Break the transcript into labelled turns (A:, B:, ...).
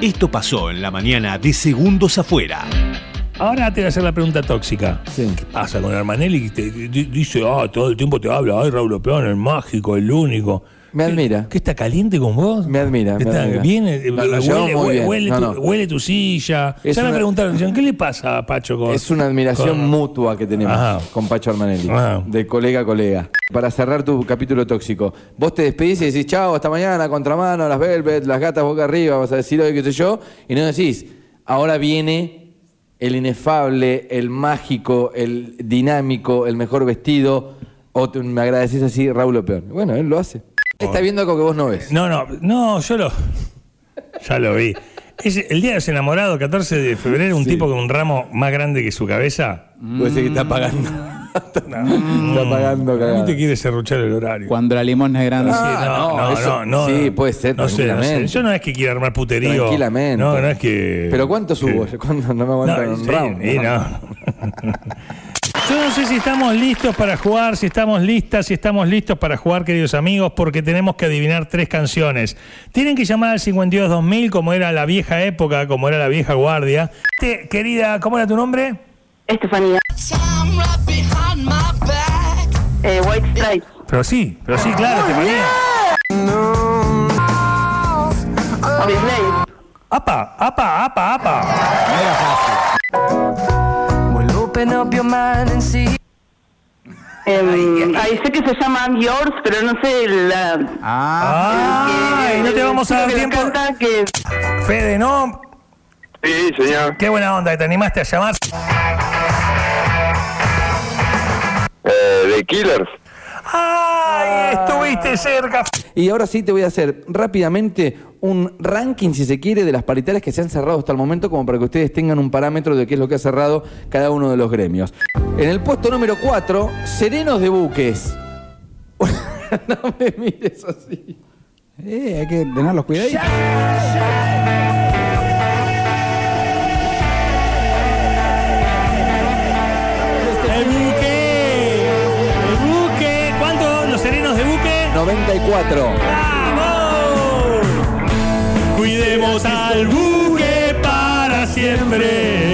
A: Esto pasó en la mañana de Segundos Afuera.
B: Ahora te voy a hacer la pregunta tóxica.
C: Sí.
B: ¿Qué pasa con Armanelli? Te- di- dice, ah, todo el tiempo te habla, ay, Raúl Opeón, el mágico, el único.
C: Me
B: ¿Qué-
C: admira.
B: ¿Qué está caliente con vos?
C: Me admira, me
B: ¿Está
C: admira.
B: bien? Eh,
C: Nos
B: huele,
C: llevamos muy
B: huele-
C: bien.
B: huele
C: No,
B: tu,
C: no.
B: huele tu silla.
C: Es
B: ya me
C: una-
B: preguntaron, dijeron, ¿qué le pasa a Pacho con.?
C: Es una admiración
B: con-
C: mutua que tenemos
B: Ajá.
C: con Pacho Armanelli,
B: Ajá.
C: de colega a colega. Para cerrar tu capítulo tóxico, vos te despedís y decís, chao, hasta mañana, contramano, las velvet, las gatas boca arriba, vas a decir hoy qué sé yo, y no decís, ahora viene el inefable, el mágico, el dinámico, el mejor vestido, o te- me agradeces así, Raúl Opeón. Bueno, él lo hace. Está viendo algo que vos no ves.
B: No, no, no, yo lo. Ya lo vi. Es el día de los enamorados, 14 de febrero, un tipo con un ramo más grande que su cabeza.
C: Puede ser que está pagando. está pagando
B: Mm. A mí te
C: cagada.
B: quiere serruchar el horario.
D: Cuando la limosna es grande.
B: Sí, Ah, no,
C: no,
B: no,
C: eso-
B: no, no.
C: sí, puede ser,
B: No sé, no sé.
C: tranquilamente.
B: Yo no es que quiera armar puterío.
C: Tranquilamente.
B: No, no es que.
C: Pero ¿cuánto subo?
B: que-
C: ¿Cuánto? No me
B: No,
C: aguantan un
B: sí,
C: round.
B: y no. Yo no sé si estamos listos para jugar, si estamos listas, si estamos listos para jugar, queridos amigos, porque tenemos que adivinar tres canciones. Tienen que llamar al 52-2000, como era la vieja época, como era la vieja guardia. Te- querida, ¿cómo era tu nombre?
E: Estefanía. Eh, White Stripes.
B: Pero sí, pero sí, claro, Estefanía.
E: Obviously.
B: ¡Apa, apa, apa, apa!
E: Em, ahí sé que se llama I'm Yours, pero no sé la.
D: Ah,
B: ¡Ay, no te vamos a dar tiempo!
E: Canta que
B: Fede, no,
F: Sí, señor.
B: Qué buena onda, que te animaste a llamar.
F: Eh, ¿De Killers?
B: ¡Ay, estuviste cerca!
C: Y ahora sí te voy a hacer rápidamente un ranking, si se quiere, de las paritarias que se han cerrado hasta el momento, como para que ustedes tengan un parámetro de qué es lo que ha cerrado cada uno de los gremios. En el puesto número 4, Serenos de Buques. no me mires así.
D: eh, hay que tener los cuidaditos.
B: ¡El buque! ¡El buque! ¿Cuánto? ¿Los serenos de buque?
C: 94.
B: ¡Vamos! Cuidemos al buque para siempre.